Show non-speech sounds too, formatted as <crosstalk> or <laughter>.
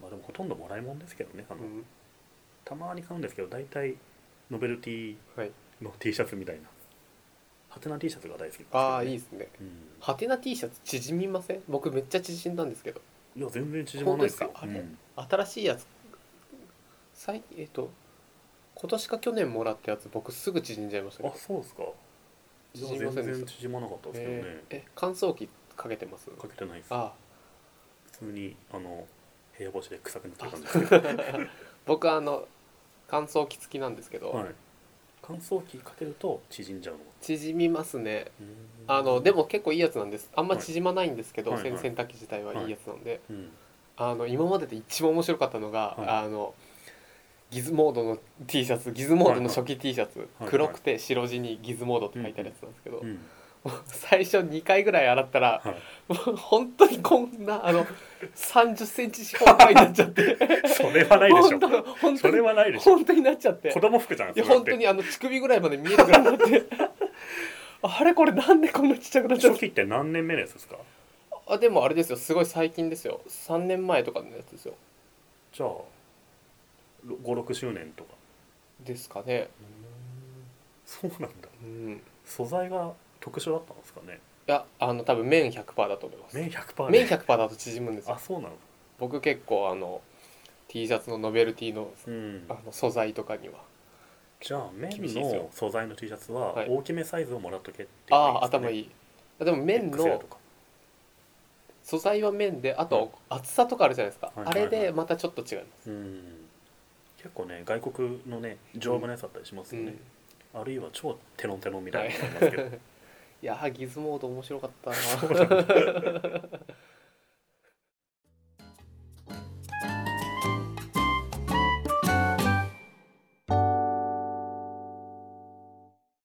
ほとんどもらいもんですけどねあの、うんたまに買うんですけど大体ノベルティはい、の T シャツみたいなハテナ T シャツが大好きなんですけど、ああいいですねうんハテナ T シャツ縮みません僕めっちゃ縮んだんですけどいや全然縮まないですよ本当うですかん新しいやつ最えっと今年か去年もらったやつ僕すぐ縮んじゃいましたあねそうですかい縮みやませんで全然した縮まなかったですけどねえ、ーえ乾燥機かけてますかけてないですあ普通にあ <laughs> の部屋干しで臭くなってたんですけど、僕あの乾燥機付きなんですけど、はい、乾燥機かけると縮んじゃうの縮みますねうんあのでも結構いいやつなんですあんま縮まないんですけど、はいはいはい洗濯機自体はいいやつなんで、うんあの今までで一番面白かったのが、はいあのギズモードの T シャツギズモードの初期 T シャツ、はい黒くて白地にギズモードって書いてあるやつなんですけど、うんもう <laughs> 最初2回ぐらい洗ったら、はいもう本当にこんなあの3 0ンチ四方ぐらいになっちゃってそれは <laughs> ないでし本当ょ本当それにはないでしょ本当になっちゃって子供服じゃんいやそれっ本て当にあの乳首ぐらいまで見えるぐらいになって <laughs> あれこれなんでこんなちっちゃくなっちゃっ初期って何年目のやつですかたあでもあれですよすごい最近ですよ3年前とかのやつですよじゃあ56周年とかですかねそうなんだうんい素材が特殊だったんですかねやあの多分綿100%だと思います綿100%で綿100%だと縮むんですよあそうなの僕結構あの T シャツのノベルティのうんあの素材とかにはじゃあ綿厳しいですよの素材の T シャツははい大きめサイズをもらっとけっていうああ頭いいいででもす綿ね XL のとか素材は綿であと厚さとかあるじゃないですか、はいはいはいあれでまたちょっと違います、うん結構ね外国のね丈夫なやつだったりしますよね、あるいは超テロンテロンみたいなのもありますけど、いやーギズモード面白かったなそうなんだ